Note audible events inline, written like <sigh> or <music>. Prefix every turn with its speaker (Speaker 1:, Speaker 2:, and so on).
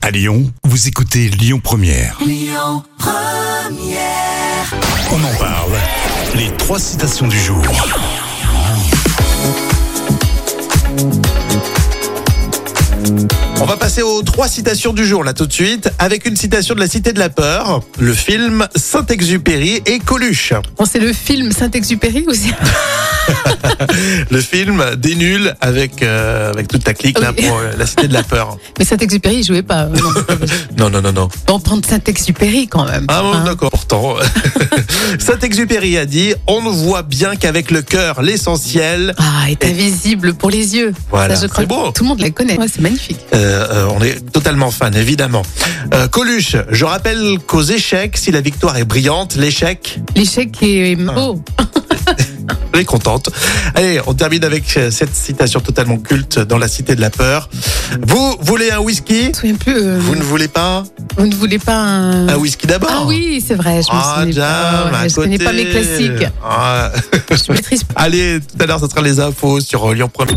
Speaker 1: À Lyon, vous écoutez Lyon Première. On en parle. Les trois citations du jour.
Speaker 2: On va passer aux trois citations du jour là tout de suite, avec une citation de la Cité de la Peur, le film Saint-Exupéry et Coluche.
Speaker 3: Bon, c'est le film Saint-Exupéry ou c'est
Speaker 2: Le film des nuls avec, euh, avec toute ta clique là
Speaker 3: Oui.
Speaker 2: pour euh, la Cité de la Peur.
Speaker 3: Mais Saint-Exupéry, il jouait pas. euh,
Speaker 2: <laughs>
Speaker 3: non.
Speaker 2: Non, non, non, non.
Speaker 3: Bon, prendre Saint-Exupéry quand même.
Speaker 2: Ah bon,
Speaker 3: hein.
Speaker 2: d'accord, pourtant. <laughs> Saint-Exupéry a dit On ne voit bien qu'avec le cœur l'essentiel.
Speaker 3: Ah, est invisible pour les yeux.
Speaker 2: Voilà,
Speaker 3: Ça, je crois
Speaker 2: c'est beau.
Speaker 3: que tout le monde la connaît. Ouais, c'est magnifique.
Speaker 2: Euh, euh, on est totalement fan, évidemment. Euh, Coluche, je rappelle qu'aux échecs, si la victoire est brillante, l'échec
Speaker 3: L'échec est
Speaker 2: Ah.
Speaker 3: beau.
Speaker 2: Elle est contente. Allez, on termine avec euh, cette citation totalement culte dans la cité de la peur. Vous voulez un whisky
Speaker 3: Je me souviens plus. euh,
Speaker 2: Vous
Speaker 3: vous,
Speaker 2: ne voulez pas
Speaker 3: ne voulez pas un.
Speaker 2: un whisky d'abord
Speaker 3: Ah oui, c'est vrai. Je, me
Speaker 2: Ah,
Speaker 3: souvenais pas,
Speaker 2: jam,
Speaker 3: ouais,
Speaker 2: à
Speaker 3: je connais pas
Speaker 2: côté.
Speaker 3: mes classiques.
Speaker 2: Ah. <laughs>
Speaker 3: Je maîtrise pas.
Speaker 2: Allez, tout à l'heure, ça sera les infos sur euh, Lyon Première.